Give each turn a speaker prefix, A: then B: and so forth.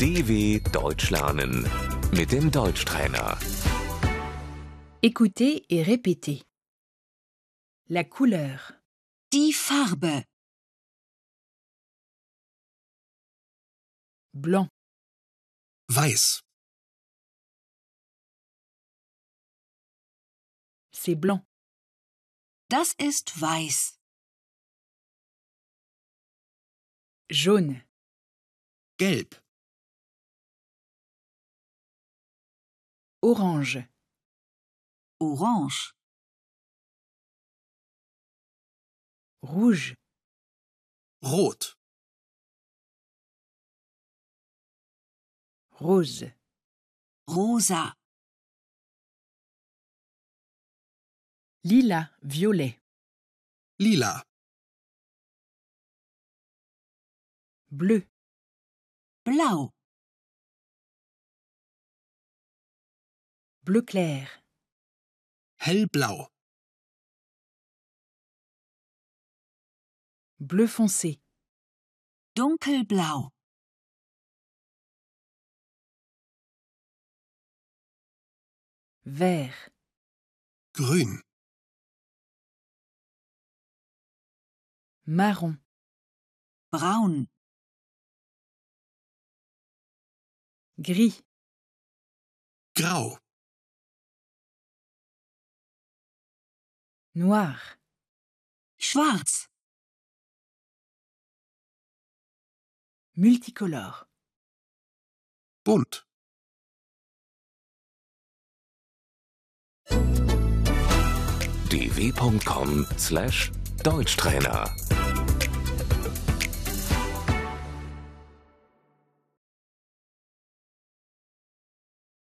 A: DW Deutsch lernen mit dem Deutschtrainer.
B: Écoutez et répétez. La couleur,
C: Die Farbe
B: blanc,
D: Weiß.
B: c'est blanc,
C: Das ist weiß.
B: jaune,
D: Gelb.
B: orange,
C: Orange.
B: rouge,
D: Rot.
B: rose,
C: Rosa.
B: lilas, violet,
D: Lila.
B: bleu,
C: Blau.
B: bleu clair,
D: Hellblau.
B: bleu foncé,
C: Dunkelblau.
B: vert,
D: Grün.
B: marron,
C: Braun.
B: gris,
D: Grau.
B: noir,
C: Schwarz.
B: multicolore,
D: Bunt.
A: dw.com/deutschtrainer